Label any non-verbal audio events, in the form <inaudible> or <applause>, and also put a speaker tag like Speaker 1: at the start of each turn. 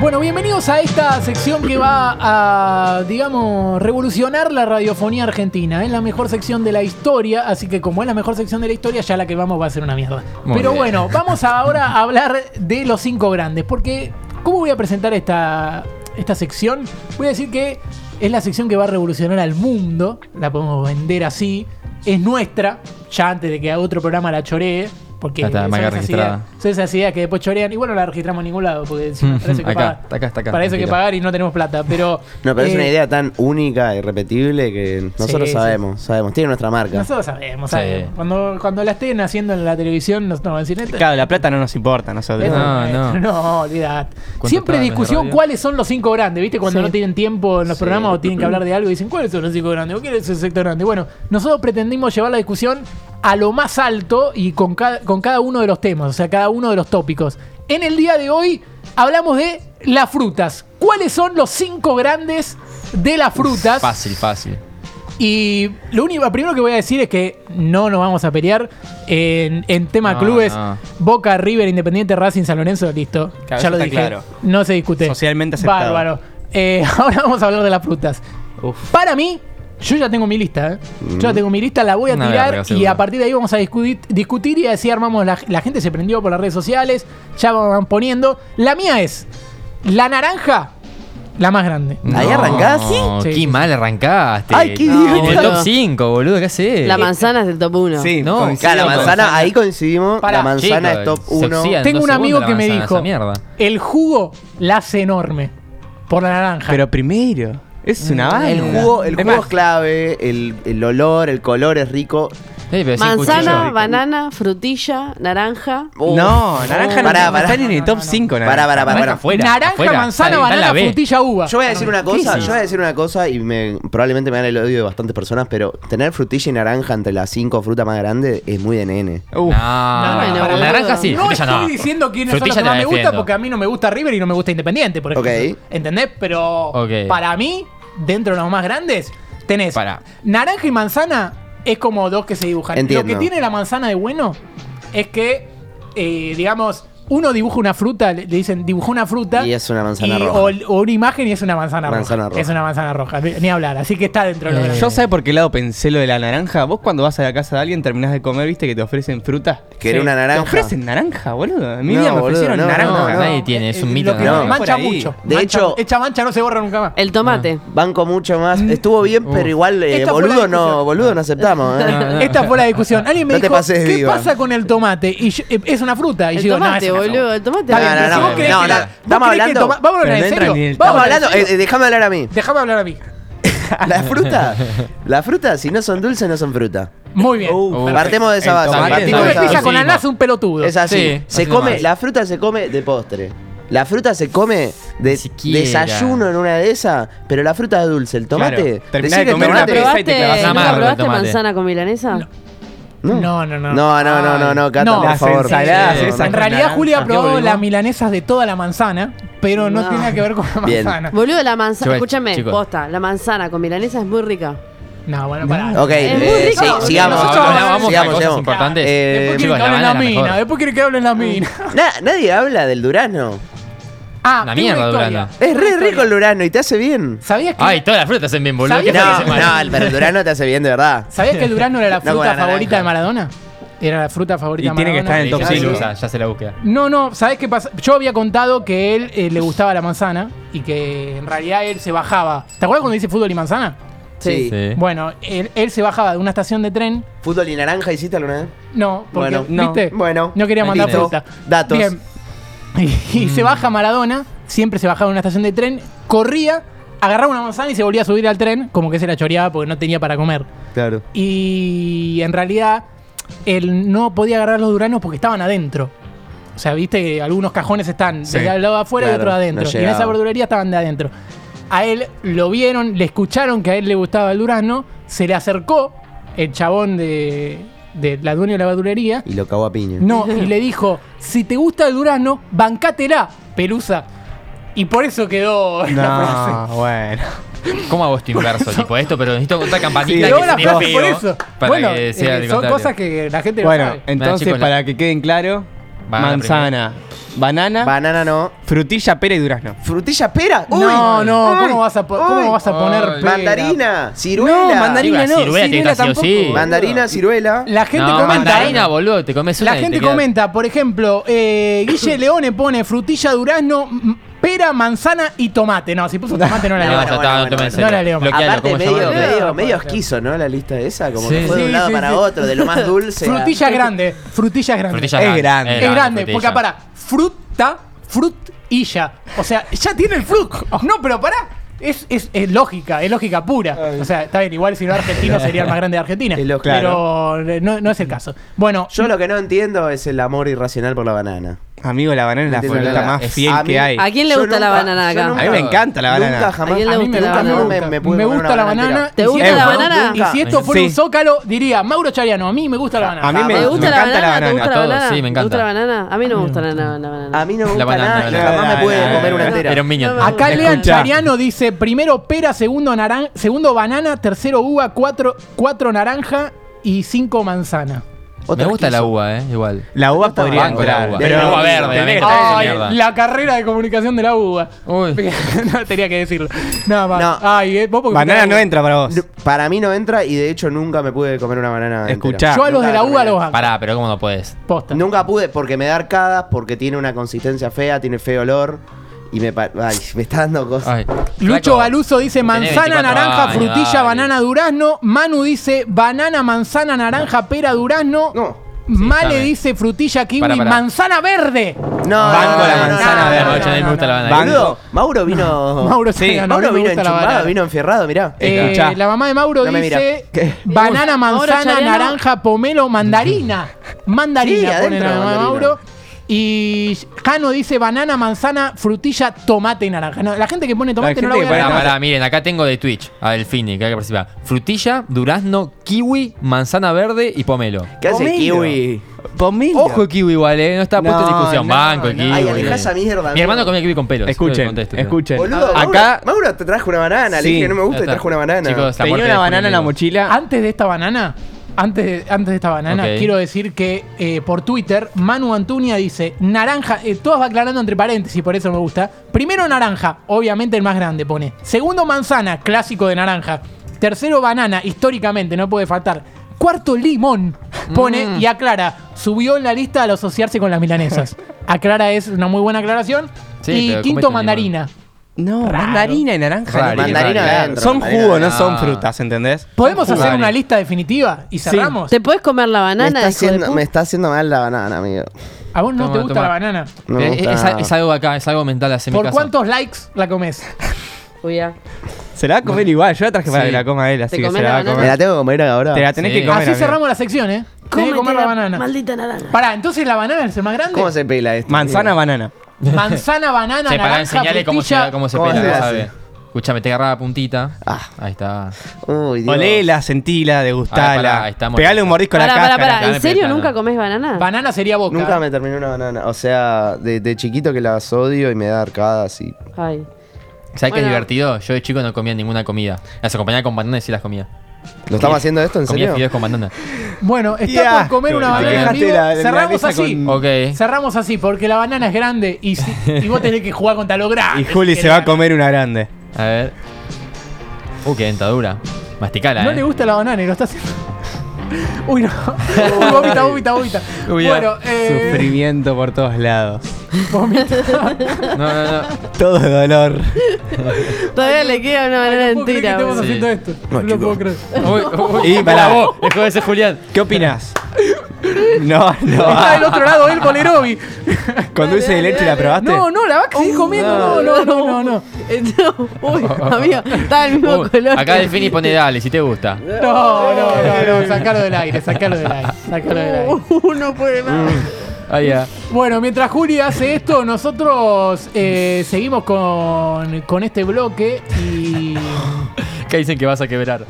Speaker 1: Bueno, bienvenidos a esta sección que va a, digamos, revolucionar la radiofonía argentina. Es la mejor sección de la historia, así que como es la mejor sección de la historia, ya la que vamos va a ser una mierda.
Speaker 2: Muy
Speaker 1: Pero
Speaker 2: bien.
Speaker 1: bueno, vamos ahora a hablar de los cinco grandes, porque ¿cómo voy a presentar esta, esta sección? Voy a decir que es la sección que va a revolucionar al mundo, la podemos vender así, es nuestra, ya antes de que a otro programa la choree. Porque
Speaker 2: Ya está,
Speaker 1: son
Speaker 2: marca
Speaker 1: esas
Speaker 2: registrada.
Speaker 1: ideas- son esas ideas que después chorean. Igual no la registramos en ningún lado, porque encima parece que
Speaker 2: Acá,
Speaker 1: paga-
Speaker 2: está acá, está acá,
Speaker 1: Parece que
Speaker 2: tranquilo.
Speaker 1: pagar y no tenemos plata, pero.
Speaker 3: No, pero es
Speaker 1: eh,
Speaker 3: una idea tan única y repetible que nosotros
Speaker 1: sí.
Speaker 3: sabemos, sabemos. Tiene nuestra marca.
Speaker 1: Nosotros sabemos,
Speaker 2: Sí.
Speaker 1: sabemos. Cuando, cuando la estén haciendo en la televisión, nos, nos van a decir. "Esto-
Speaker 4: Claro, la plata no nos importa a nosotros.
Speaker 1: esto
Speaker 2: No,
Speaker 1: es
Speaker 2: no.
Speaker 1: nuestro". No, olvidate.
Speaker 2: ¿Cuánto
Speaker 1: Siempre
Speaker 2: estaban en
Speaker 1: discusión
Speaker 2: radio?
Speaker 1: cuáles son los cinco grandes, ¿viste? Cuando
Speaker 2: Sí.
Speaker 1: no tienen tiempo en los
Speaker 3: Sí.
Speaker 1: programas o tienen que hablar de algo y dicen, ¿cuáles son los cinco grandes? ¿O quién es el sector grande? Bueno, nosotros pretendimos llevar la discusión a lo más alto y con, ca- con cada uno de los temas, o sea, cada uno de los tópicos. En el día de hoy hablamos de las frutas. ¿Cuáles son los cinco grandes de las frutas?
Speaker 2: Fácil, fácil.
Speaker 1: Y lo único, lo primero que voy a decir es que no nos vamos a pelear en, en tema
Speaker 2: No,
Speaker 1: clubes.
Speaker 2: no.
Speaker 1: Boca, River, Independiente, Racing, San Lorenzo, listo.
Speaker 4: Claro,
Speaker 1: ya
Speaker 4: eso
Speaker 1: lo
Speaker 4: está
Speaker 1: dije.
Speaker 4: claro.
Speaker 1: No se discute.
Speaker 4: Socialmente aceptado.
Speaker 1: Bárbaro. Eh, <laughs> ahora vamos a hablar de las frutas.
Speaker 2: Uf.
Speaker 1: Para mí, yo ya tengo mi lista. ¿eh? Yo
Speaker 4: Mm.
Speaker 1: ya tengo mi lista, la voy a
Speaker 2: Una
Speaker 1: tirar
Speaker 2: verga,
Speaker 1: y
Speaker 2: seguro.
Speaker 1: a partir de ahí vamos a discutir, discutir y así armamos. La, la gente se prendió por las redes sociales, ya van poniendo. La mía es la naranja, la más grande.
Speaker 3: Ahí arrancás.
Speaker 1: Sí,
Speaker 2: Qué
Speaker 1: sí,
Speaker 2: mal arrancaste.
Speaker 3: Ay, qué
Speaker 2: No,
Speaker 3: idiota.
Speaker 2: En el top 5, boludo, ¿qué haces?
Speaker 5: La manzana es del top 1.
Speaker 4: Sí,
Speaker 2: No,
Speaker 4: coincido
Speaker 3: Claro, la
Speaker 4: con-
Speaker 3: manzana, ahí coincidimos.
Speaker 1: Pará,
Speaker 3: la manzana es top 1.
Speaker 1: Tengo un amigo que me dijo, el jugo la hace enorme por la naranja.
Speaker 4: Pero primero, es una vaina.
Speaker 3: Mm. El jugo, el
Speaker 4: Es
Speaker 3: jugo
Speaker 4: más,
Speaker 3: es clave, el, el olor, el color es rico.
Speaker 5: Manzana, banana, frutilla, naranja.
Speaker 3: Uh,
Speaker 4: No, naranja no
Speaker 3: Pará,
Speaker 4: está- no
Speaker 3: pará.
Speaker 4: está ni en el top
Speaker 1: No, no, no.
Speaker 4: 5.
Speaker 3: Pará, pará, pará. pará.
Speaker 1: naranja, manzana, banana, frutilla, uva.
Speaker 3: Yo voy a decir una cosa,
Speaker 2: hiciste?
Speaker 3: yo voy a decir una cosa y me, probablemente me dan el odio de bastantes personas, pero tener frutilla y naranja entre las cinco frutas más grandes es muy de nene.
Speaker 2: No,
Speaker 4: Uf.
Speaker 5: no,
Speaker 2: Ah, la
Speaker 5: boludo.
Speaker 2: naranja sí,
Speaker 1: no
Speaker 2: frutilla
Speaker 1: estoy
Speaker 2: no.
Speaker 1: diciendo quiénes
Speaker 2: Frutilla
Speaker 1: son los
Speaker 2: te
Speaker 1: que más
Speaker 2: la
Speaker 1: me gusta
Speaker 2: defiendo.
Speaker 1: porque a mí no me gusta River y no me gusta Independiente, por ejemplo.
Speaker 3: Ok.
Speaker 1: ¿Entendés? Pero
Speaker 2: Ok.
Speaker 1: para mí, dentro de los más grandes, tenés
Speaker 2: Pará.
Speaker 1: naranja y manzana es como dos que se dibujan.
Speaker 3: Entiendo.
Speaker 1: Lo que tiene la manzana de bueno es que, eh, digamos, uno dibuja una fruta, le le dicen dibujó una fruta.
Speaker 3: Y es una manzana
Speaker 1: y-
Speaker 3: roja.
Speaker 1: O, o una imagen y es una manzana,
Speaker 3: Manzana
Speaker 1: roja.
Speaker 3: roja.
Speaker 1: Es una manzana roja, ni ni hablar. Así que está dentro de los
Speaker 2: Eh,
Speaker 1: grandes.
Speaker 4: Yo sé por qué lado pensé lo de la naranja. Vos cuando vas a la casa de alguien terminás de comer, viste que te ofrecen fruta.
Speaker 3: ¿Querés
Speaker 4: Sí.
Speaker 3: una naranja?
Speaker 4: Te ofrecen naranja, boludo. En mi
Speaker 3: No,
Speaker 4: vida me
Speaker 3: boludo,
Speaker 4: ofrecieron
Speaker 3: no,
Speaker 4: naranja.
Speaker 2: No,
Speaker 3: no,
Speaker 2: nadie tiene, es
Speaker 1: Eh,
Speaker 2: un
Speaker 1: eh,
Speaker 2: mito.
Speaker 1: Lo que
Speaker 3: no.
Speaker 1: mancha
Speaker 4: Por ahí.
Speaker 1: mucho.
Speaker 3: De
Speaker 1: Mancha-
Speaker 3: hecho-
Speaker 1: esta mancha no se borra nunca más.
Speaker 5: El tomate.
Speaker 3: Banco mucho más. Estuvo bien, pero igual, eh,
Speaker 1: Esta fue la
Speaker 3: boludo,
Speaker 1: discusión.
Speaker 3: no, boludo, no aceptamos. ¿eh?
Speaker 2: No, no.
Speaker 1: Esta fue la
Speaker 3: <laughs>
Speaker 1: discusión. Alguien me
Speaker 3: No te
Speaker 1: dijo,
Speaker 3: pases,
Speaker 1: ¿qué
Speaker 3: diva".
Speaker 1: pasa con el tomate? Y yo- eh, es una fruta. Y
Speaker 5: El
Speaker 1: yo, digo,
Speaker 5: tomate,
Speaker 1: no, es una fruta.
Speaker 5: boludo. El tomate.
Speaker 1: Está bien,
Speaker 3: No,
Speaker 1: pero
Speaker 3: no,
Speaker 1: si
Speaker 3: no,
Speaker 1: vos crees que-
Speaker 3: no, no,
Speaker 1: vos
Speaker 3: estamos
Speaker 1: crees que el
Speaker 3: hablando-
Speaker 1: toma- Vámonos
Speaker 4: Pero
Speaker 1: en
Speaker 4: no entra
Speaker 1: serio.
Speaker 4: ni en el
Speaker 1: vámonos
Speaker 3: Estamos
Speaker 1: en
Speaker 3: hablando,
Speaker 1: serio.
Speaker 3: eh, eh, déjame hablar
Speaker 1: <laughs>
Speaker 3: a mí.
Speaker 1: Déjame hablar a mí.
Speaker 3: La fruta, la fruta, si no son dulces, no son fruta.
Speaker 1: Muy bien.
Speaker 4: Uh,
Speaker 2: Perfecto.
Speaker 3: Partimos de esa
Speaker 4: El
Speaker 3: base.
Speaker 2: tomate
Speaker 1: Si
Speaker 3: partimos
Speaker 1: no
Speaker 3: de
Speaker 1: me
Speaker 3: esa
Speaker 2: está
Speaker 1: pilla
Speaker 3: base.
Speaker 2: bien.
Speaker 1: con anás un pelotudo.
Speaker 3: Es así.
Speaker 2: Sí,
Speaker 3: se
Speaker 2: así
Speaker 3: come,
Speaker 2: nomás.
Speaker 3: la fruta se come de postre. La fruta se come
Speaker 2: Ni
Speaker 3: de
Speaker 2: siquiera.
Speaker 3: desayuno en una de esas, pero la fruta es dulce. El tomate.
Speaker 4: Claro, terminás
Speaker 3: decir
Speaker 4: de
Speaker 3: que el
Speaker 4: comer
Speaker 5: ¿Nunca
Speaker 4: una
Speaker 3: tomate-
Speaker 4: pizza y te
Speaker 5: probaste,
Speaker 4: clavas
Speaker 2: la
Speaker 5: ¿nunca
Speaker 2: mano de
Speaker 5: probaste
Speaker 2: tomate.
Speaker 5: manzana con milanesa?
Speaker 1: No, no, no.
Speaker 3: No, no, no, no, no, Cata,
Speaker 1: No.
Speaker 3: por
Speaker 1: Las
Speaker 3: favor.
Speaker 4: ensaladas
Speaker 3: No,
Speaker 4: esas
Speaker 3: no,
Speaker 1: En
Speaker 4: con
Speaker 1: realidad,
Speaker 4: naranja.
Speaker 3: Ah,
Speaker 1: Julia
Speaker 4: ¿Qué
Speaker 1: probó
Speaker 4: boludo?
Speaker 1: las milanesas de toda la manzana, pero no,
Speaker 5: No.
Speaker 1: tiene nada que ver con la
Speaker 3: Bien.
Speaker 1: manzana.
Speaker 5: Boludo, la manzana.
Speaker 2: Chicos,
Speaker 5: Escúchame,
Speaker 2: chicos.
Speaker 5: posta. La manzana con milanesa es muy rica.
Speaker 1: No, bueno, pará.
Speaker 3: Ok,
Speaker 5: Es muy
Speaker 3: eh,
Speaker 5: rico,
Speaker 3: sí,
Speaker 5: boludo.
Speaker 3: sigamos.
Speaker 1: Nosotros
Speaker 3: sigamos,
Speaker 1: hablamos de
Speaker 3: sigamos,
Speaker 2: cosas
Speaker 3: sigamos.
Speaker 2: importantes.
Speaker 3: Eh,
Speaker 1: Después quiere
Speaker 2: chicos,
Speaker 1: que
Speaker 2: la
Speaker 1: hablen la
Speaker 2: banana es la
Speaker 1: mina.
Speaker 2: mejor.
Speaker 1: Después quiere que hablen la mina.
Speaker 3: na- nadie habla del durazno.
Speaker 1: Ah,
Speaker 2: Una
Speaker 1: tengo
Speaker 2: mierda,
Speaker 1: historia.
Speaker 2: Durano.
Speaker 3: Es
Speaker 1: Tengo
Speaker 3: re
Speaker 1: historia.
Speaker 3: rico el durazno y te hace bien.
Speaker 1: ¿Sabías que
Speaker 2: Ay, todas las frutas hacen bien, boludo. ¿Qué
Speaker 1: ¿Sabías?
Speaker 2: fue que
Speaker 3: No,
Speaker 2: hice mal?
Speaker 3: no, el pero el durazno te hace bien de verdad.
Speaker 1: ¿Sabías que el durazno era la
Speaker 3: <laughs> No, con
Speaker 1: fruta
Speaker 3: la
Speaker 1: favorita
Speaker 3: naranja.
Speaker 1: de Maradona? Era la fruta favorita
Speaker 4: Y
Speaker 1: de
Speaker 4: tiene que
Speaker 1: Maradona.
Speaker 4: estar en el top
Speaker 2: Ya
Speaker 3: cinco.
Speaker 2: se usa, ya se la busca.
Speaker 1: No, no, ¿sabes qué pasa? Yo había contado que él eh, le gustaba la manzana y que en realidad él se bajaba. ¿Te acuerdas cuando dice fútbol y manzana?
Speaker 3: Sí.
Speaker 1: Bueno, él, él se bajaba de una estación de tren.
Speaker 3: ¿Fútbol y naranja hiciste alguna vez?
Speaker 1: No, porque,
Speaker 3: Bueno,
Speaker 4: no.
Speaker 1: ¿viste?
Speaker 3: Bueno.
Speaker 1: No quería mandar
Speaker 3: Listo.
Speaker 1: fruta.
Speaker 3: Datos. Mm.
Speaker 1: Bien. <laughs> Y, y se baja Maradona, siempre se bajaba en una estación de tren, corría, agarraba una manzana y se volvía a subir al tren, como que se la choreaba porque no tenía para comer.
Speaker 3: Claro.
Speaker 1: Y en realidad él no podía agarrar los duranos porque estaban adentro. O sea, viste que algunos cajones están
Speaker 4: Sí,
Speaker 1: del lado de afuera y
Speaker 3: claro,
Speaker 1: otro de adentro.
Speaker 3: no
Speaker 1: y en esa
Speaker 3: llegaba.
Speaker 1: verdulería estaban de adentro. A él lo vieron, le escucharon que a él le gustaba el durano, se le acercó el chabón de, de la dueña de la verdulería.
Speaker 3: Y lo cagó a piña.
Speaker 1: No, y le dijo, si te gusta el durano, bancátela, pelusa. Y por eso quedó <laughs> la frase.
Speaker 4: No, <laughs> bueno.
Speaker 2: ¿Cómo hago esto inverso? Tipo esto, pero necesito otra
Speaker 4: Sí,
Speaker 2: campanita
Speaker 1: Quedó
Speaker 2: que
Speaker 1: la
Speaker 2: suene
Speaker 1: frase
Speaker 2: feo
Speaker 1: por eso.
Speaker 2: Para
Speaker 1: bueno,
Speaker 2: que sea
Speaker 1: eh,
Speaker 2: el
Speaker 1: son
Speaker 2: contrario.
Speaker 1: cosas que la gente no
Speaker 4: Bueno,
Speaker 1: sabe.
Speaker 2: Bueno,
Speaker 4: entonces
Speaker 2: chicos, la-
Speaker 4: para que queden claro,
Speaker 2: Banana
Speaker 4: manzana, banana,
Speaker 3: Banana no.
Speaker 4: frutilla, pera y durazno.
Speaker 3: ¿Frutilla pera? ¡Uy!
Speaker 1: no, no,
Speaker 3: ¡Uy!
Speaker 1: ¿cómo vas a, po-
Speaker 3: ¡Uy!
Speaker 1: ¿cómo vas a poner
Speaker 2: Ay.
Speaker 1: pera?
Speaker 3: Mandarina, ciruela.
Speaker 4: No, mandarina
Speaker 2: Iba,
Speaker 4: no,
Speaker 2: ciruela tiene que estar sí o sí.
Speaker 4: tampoco.
Speaker 3: Mandarina, ciruela.
Speaker 1: La gente
Speaker 2: no,
Speaker 1: comenta.
Speaker 2: mandarina, boludo, te comes una
Speaker 1: La
Speaker 2: y
Speaker 1: gente
Speaker 2: te queda-
Speaker 1: comenta, por ejemplo, eh, Guille Leone pone frutilla, durazno, m- pera, manzana y tomate. No, si puso tomate no la
Speaker 2: No,
Speaker 1: leo.
Speaker 2: ya está,
Speaker 3: bueno,
Speaker 2: no
Speaker 3: bueno,
Speaker 2: te me
Speaker 3: bueno.
Speaker 2: enseñes.
Speaker 1: No la leo más.
Speaker 2: Bloquealo,
Speaker 3: Aparte,
Speaker 2: ¿cómo se llama?
Speaker 3: medio,
Speaker 1: llama?
Speaker 3: medio, medio esquizo, ¿no? La lista esa, como
Speaker 2: Sí.
Speaker 3: que fue de
Speaker 1: Sí,
Speaker 3: un lado
Speaker 1: sí,
Speaker 3: para
Speaker 1: sí.
Speaker 3: otro, de lo más dulce. a-
Speaker 1: Frutilla grande, frutillas grande.
Speaker 2: Frutilla
Speaker 4: Es grande.
Speaker 1: es grande,
Speaker 2: frutilla.
Speaker 1: porque para fruta, frutilla. O sea, ya tiene el frut. No, pero pará. Es, es, es lógica, es lógica pura. O sea, está bien, igual si no era argentino sería el más grande de Argentina.
Speaker 3: Es lo-
Speaker 1: Pero eh, no, no es el caso. Bueno,
Speaker 3: Yo lo que no entiendo es el amor irracional por la banana.
Speaker 4: Amigo, la banana es la
Speaker 3: Entiendo
Speaker 4: fruta
Speaker 3: la-
Speaker 4: más
Speaker 2: es-
Speaker 4: fiel
Speaker 3: a mí-
Speaker 4: que hay.
Speaker 5: ¿A quién le
Speaker 3: Yo
Speaker 5: gusta la
Speaker 3: nunca-
Speaker 5: banana
Speaker 3: yo
Speaker 5: acá?
Speaker 4: A mí me encanta la
Speaker 3: Nunca
Speaker 4: banana.
Speaker 3: jamás.
Speaker 5: ¿A quién le
Speaker 1: A mí me
Speaker 5: gusta la
Speaker 1: gusta, me
Speaker 5: banana?
Speaker 3: Me-
Speaker 1: gusta,
Speaker 3: me pude
Speaker 1: Me
Speaker 3: comer
Speaker 1: gusta
Speaker 3: una
Speaker 1: la
Speaker 3: banana
Speaker 1: banana.
Speaker 3: entera.
Speaker 5: ¿Te
Speaker 1: y
Speaker 5: gusta
Speaker 1: si
Speaker 5: la
Speaker 1: esto-
Speaker 5: banana?
Speaker 1: Y si esto fuera un
Speaker 4: Sí.
Speaker 1: zócalo, diría Mauro Chariano, a mí me gusta la banana.
Speaker 4: A mí me,
Speaker 5: ¿Te gusta
Speaker 4: me
Speaker 5: la
Speaker 4: encanta
Speaker 5: banana?
Speaker 4: la
Speaker 5: ¿Te
Speaker 4: banana.
Speaker 5: gusta la
Speaker 2: A todos,
Speaker 5: banana?
Speaker 2: sí, me
Speaker 5: ¿Te gusta
Speaker 2: encanta.
Speaker 5: la banana? A mí no me gusta la, la- la banana.
Speaker 3: A mí no me
Speaker 2: La
Speaker 3: gusta
Speaker 2: banana,
Speaker 3: nada y
Speaker 2: la
Speaker 3: jamás
Speaker 4: banana.
Speaker 3: me puede
Speaker 4: Banana.
Speaker 3: comer una entera.
Speaker 2: Era un minion.
Speaker 5: No me
Speaker 1: Acá
Speaker 5: gusta.
Speaker 1: Lean
Speaker 4: Escuchá.
Speaker 1: Chariano dice: primero pera, segundo naran segundo banana, tercero uva, cuatro, cuatro naranja y cinco manzana.
Speaker 2: Me
Speaker 3: Otro
Speaker 2: gusta la
Speaker 3: esquizo.
Speaker 2: uva, eh, igual.
Speaker 4: La uva
Speaker 3: Banco
Speaker 4: podría
Speaker 3: la
Speaker 4: entrar.
Speaker 2: uva.
Speaker 4: Pero
Speaker 2: La uva verde,
Speaker 4: tendría
Speaker 2: me
Speaker 4: que
Speaker 2: encanta.
Speaker 4: estar-
Speaker 2: esa
Speaker 1: Ay,
Speaker 2: mierda.
Speaker 1: la carrera de comunicación de la uva. <laughs>
Speaker 2: Uy.
Speaker 1: no tenía que decirlo. Nada más.
Speaker 3: No.
Speaker 1: Ay, eh, vos porque
Speaker 4: Banana no
Speaker 1: uva.
Speaker 4: entra para vos.
Speaker 3: No, Para mí no entra y de hecho nunca me pude comer una banana. entera.
Speaker 4: Escuchá.
Speaker 1: Yo a los
Speaker 3: Nunca
Speaker 1: de la
Speaker 3: la
Speaker 1: uva
Speaker 3: terminé.
Speaker 1: los hago.
Speaker 2: Pará, pero ¿cómo no puedes?
Speaker 1: Posta.
Speaker 3: Nunca pude porque me da arcadas, porque tiene una consistencia fea, tiene feo olor. Y me, pa- ay, me está dando cosas.
Speaker 2: Ay.
Speaker 1: Lucho
Speaker 2: Flaco,
Speaker 1: Galuso dice
Speaker 2: tenés
Speaker 1: manzana,
Speaker 2: 24
Speaker 1: naranja,
Speaker 2: años,
Speaker 1: frutilla,
Speaker 2: dale.
Speaker 1: banana, durazno. Manu dice banana, manzana, naranja, pera, durazno.
Speaker 3: No.
Speaker 1: Male
Speaker 2: sabe.
Speaker 1: dice frutilla, kiwi,
Speaker 2: Pará, pará.
Speaker 1: manzana verde.
Speaker 3: No,
Speaker 4: Banco la manzana verde.
Speaker 2: Mauro, no me gusta la banana.
Speaker 4: Banco.
Speaker 3: Boludo, Mauro vino.
Speaker 1: Mauro
Speaker 4: Sí,
Speaker 1: Sagan, no
Speaker 3: Mauro
Speaker 1: me
Speaker 3: vino
Speaker 1: gusta la
Speaker 3: enchumbado,
Speaker 1: banana.
Speaker 3: vino enfierrado, mirá.
Speaker 1: Eh,
Speaker 4: Escuchá.
Speaker 1: la mamá de Mauro
Speaker 3: No me
Speaker 1: dice
Speaker 3: mira. ¿Qué?
Speaker 1: banana,
Speaker 5: Mauro
Speaker 1: manzana,
Speaker 5: Chariano.
Speaker 1: naranja, pomelo, mandarina.
Speaker 3: Sí,
Speaker 1: Mandarina, pone
Speaker 3: adentro
Speaker 1: la mamá de
Speaker 3: mandarina.
Speaker 1: Mauro. Y Jano dice banana, manzana, frutilla, tomate y naranja. No, la gente que pone tomate no la voy
Speaker 4: gente
Speaker 1: a
Speaker 4: que
Speaker 2: Pará,
Speaker 4: Bueno,
Speaker 2: pará, miren, acá tengo de Twitch, a Delfini, que hay que participar. Frutilla, durazno, kiwi, manzana verde y pomelo.
Speaker 3: ¿Qué hace el
Speaker 4: Pomelo.
Speaker 3: kiwi?
Speaker 4: Pomelo.
Speaker 2: Ojo el kiwi igual, eh, no está puesto en
Speaker 4: No,
Speaker 2: discusión.
Speaker 4: no,
Speaker 2: Banco el
Speaker 4: no.
Speaker 2: kiwi.
Speaker 3: Ay, alejá esa mierda.
Speaker 2: Mi
Speaker 3: amigo.
Speaker 2: hermano comía kiwi con pelos. Yo
Speaker 4: Escuchen,
Speaker 2: contesto, tío.
Speaker 4: escuchen.
Speaker 3: Boludo,
Speaker 4: Acá
Speaker 3: Mauro, Mauro te trajo una banana.
Speaker 4: Sí.
Speaker 3: Le dije que no me
Speaker 2: Ya
Speaker 3: gusta y
Speaker 2: está.
Speaker 3: trajo una banana.
Speaker 2: Chicos, la
Speaker 4: tenía
Speaker 2: muerte
Speaker 4: una
Speaker 2: de
Speaker 4: banana en la
Speaker 2: Julio.
Speaker 4: mochila.
Speaker 1: Antes de esta banana, antes de, antes de esta banana,
Speaker 2: Ah. Ok.
Speaker 1: quiero decir que eh, por Twitter, Manu Antunia dice, naranja, eh, todas va aclarando entre paréntesis, por eso me gusta. Primero naranja, obviamente el más grande pone. Segundo manzana, clásico de naranja. Tercero banana, históricamente, no puede faltar. Cuarto limón,
Speaker 2: Mm.
Speaker 1: pone y aclara, subió en la lista al asociarse con las
Speaker 2: <laughs>
Speaker 1: milanesas. Aclara es una muy buena aclaración.
Speaker 2: Sí,
Speaker 1: y
Speaker 2: pero
Speaker 1: quinto
Speaker 2: comete un
Speaker 1: mandarina.
Speaker 4: No,
Speaker 1: Raro.
Speaker 4: mandarina y naranja.
Speaker 2: Raro.
Speaker 3: Mandarina
Speaker 2: Claro.
Speaker 3: adentro.
Speaker 4: Son
Speaker 3: mandarina
Speaker 4: jugos, no
Speaker 3: adentro.
Speaker 4: son
Speaker 2: Ah.
Speaker 4: frutas, ¿entendés?
Speaker 1: ¿Podemos hacer
Speaker 2: Vale.
Speaker 1: una lista definitiva y cerramos?
Speaker 5: ¿Te puedes comer la
Speaker 3: Me
Speaker 5: banana?
Speaker 3: está,
Speaker 5: hijo de
Speaker 3: haciendo,
Speaker 5: puta?
Speaker 3: me está haciendo mal la banana, amigo.
Speaker 1: ¿A vos no
Speaker 2: Toma,
Speaker 1: te gusta
Speaker 2: toma.
Speaker 1: la banana?
Speaker 3: No me
Speaker 2: Es,
Speaker 3: gusta
Speaker 2: Eh, es-
Speaker 3: nada.
Speaker 2: es algo acá, es algo mental hace mi
Speaker 1: ¿Por
Speaker 2: casa.
Speaker 1: cuántos likes la comes?
Speaker 5: Cuidá.
Speaker 4: Se la va a comer igual. Yo la traje para
Speaker 2: Sí.
Speaker 4: que la coma él,
Speaker 5: ¿Te
Speaker 4: así que
Speaker 5: comés
Speaker 4: se la
Speaker 5: la
Speaker 4: va a
Speaker 3: Me
Speaker 5: banana?
Speaker 3: la
Speaker 4: comer.
Speaker 3: tengo que comer ahora.
Speaker 4: Te la tenés
Speaker 2: Sí.
Speaker 4: que comer.
Speaker 1: Así
Speaker 4: amigo.
Speaker 1: cerramos la sección, ¿eh? Tenés que
Speaker 5: Cómete
Speaker 1: comer la banana.
Speaker 5: Maldita naranja.
Speaker 1: Pará, entonces la banana es el más grande.
Speaker 3: ¿Cómo se pela esto?
Speaker 4: Manzana,
Speaker 3: amigo?
Speaker 4: banana.
Speaker 1: Manzana, banana,
Speaker 2: Che, para
Speaker 1: naranja,
Speaker 2: enseñarle cómo se,
Speaker 1: frutilla.
Speaker 2: cómo se
Speaker 3: ¿Cómo
Speaker 2: pela,
Speaker 3: se
Speaker 2: ¿no
Speaker 3: hace?
Speaker 2: sabe? Escuchame, te agarra la puntita.
Speaker 3: Ah.
Speaker 2: Ahí está.
Speaker 3: Uy, Dios.
Speaker 4: Olela, sentila,
Speaker 2: Ahora, pará, ahí
Speaker 4: degustala.
Speaker 2: estamos.
Speaker 4: Pegale un mordisco a la
Speaker 5: Pará, pará, pará.
Speaker 4: cáscara.
Speaker 2: dame
Speaker 5: ¿En serio
Speaker 2: plátano.
Speaker 5: nunca comés banana?
Speaker 1: Banana sería boca.
Speaker 3: Nunca me terminé una banana. O sea, de, de chiquito que las odio y me da arcadas y.
Speaker 5: Ay.
Speaker 2: ¿Sabes qué es
Speaker 5: Bueno.
Speaker 2: divertido? Yo de chico no comía ninguna comida. Las acompañaba con banana y sí las comía.
Speaker 3: ¿Lo estamos haciendo esto en
Speaker 2: Comía
Speaker 3: serio?
Speaker 2: fideos con banana.
Speaker 1: Bueno, está
Speaker 4: Qué
Speaker 1: por comer
Speaker 4: asco,
Speaker 1: una
Speaker 4: te
Speaker 1: banana en
Speaker 4: dejaste
Speaker 1: vivo.
Speaker 4: la- la
Speaker 1: Cerramos
Speaker 4: milanesa
Speaker 1: así.
Speaker 3: Mm.
Speaker 4: con-
Speaker 2: Ok.
Speaker 1: Cerramos así, porque la banana es grande y, si- y vos tenés que jugar contra lo grande.
Speaker 4: Y Juli
Speaker 1: si
Speaker 4: se va a
Speaker 1: querés.
Speaker 4: comer una grande.
Speaker 2: A ver. Uh, qué dentadura. Masticala,
Speaker 1: No
Speaker 2: eh.
Speaker 1: le gusta la banana y lo está haciendo. <laughs> Uy, no. Uy, vomita, vomita, vomita.
Speaker 2: Uy, ya.
Speaker 1: bueno, eh,
Speaker 4: Sufrimiento por todos lados.
Speaker 2: No, no, no.
Speaker 4: Todo dolor.
Speaker 5: Todavía le queda una banana
Speaker 1: no puedo creer que
Speaker 5: entera.
Speaker 1: estemos
Speaker 5: boludo.
Speaker 1: haciendo esto. No, lo puedo creer. <laughs>
Speaker 2: Uy, uy,
Speaker 4: Y pará.
Speaker 2: vos, dejó de ser Julián.
Speaker 4: ¿Qué opinás? No,
Speaker 1: Está del
Speaker 4: no.
Speaker 1: otro lado el Bolerovi.
Speaker 4: ¿Con dulce de leche la probaste?
Speaker 1: No, no, la va a seguir comiendo. Oh, No, no, no, no. no.
Speaker 5: <laughs> Eh, no. <laughs> Uy, amigo, está del mismo
Speaker 2: Uy,
Speaker 5: color.
Speaker 2: acá
Speaker 5: <laughs>
Speaker 2: Delfini pone dale, si te gusta.
Speaker 1: No, no, no, no, sacalo del aire, sacalo del aire, sacalo del aire.
Speaker 5: Uh, no puede
Speaker 2: Mm.
Speaker 5: nada.
Speaker 2: Ahí ya.
Speaker 1: Bueno, mientras Juli hace esto, nosotros eh, seguimos con, con este bloque y...
Speaker 2: Que dicen que vas a quebrar.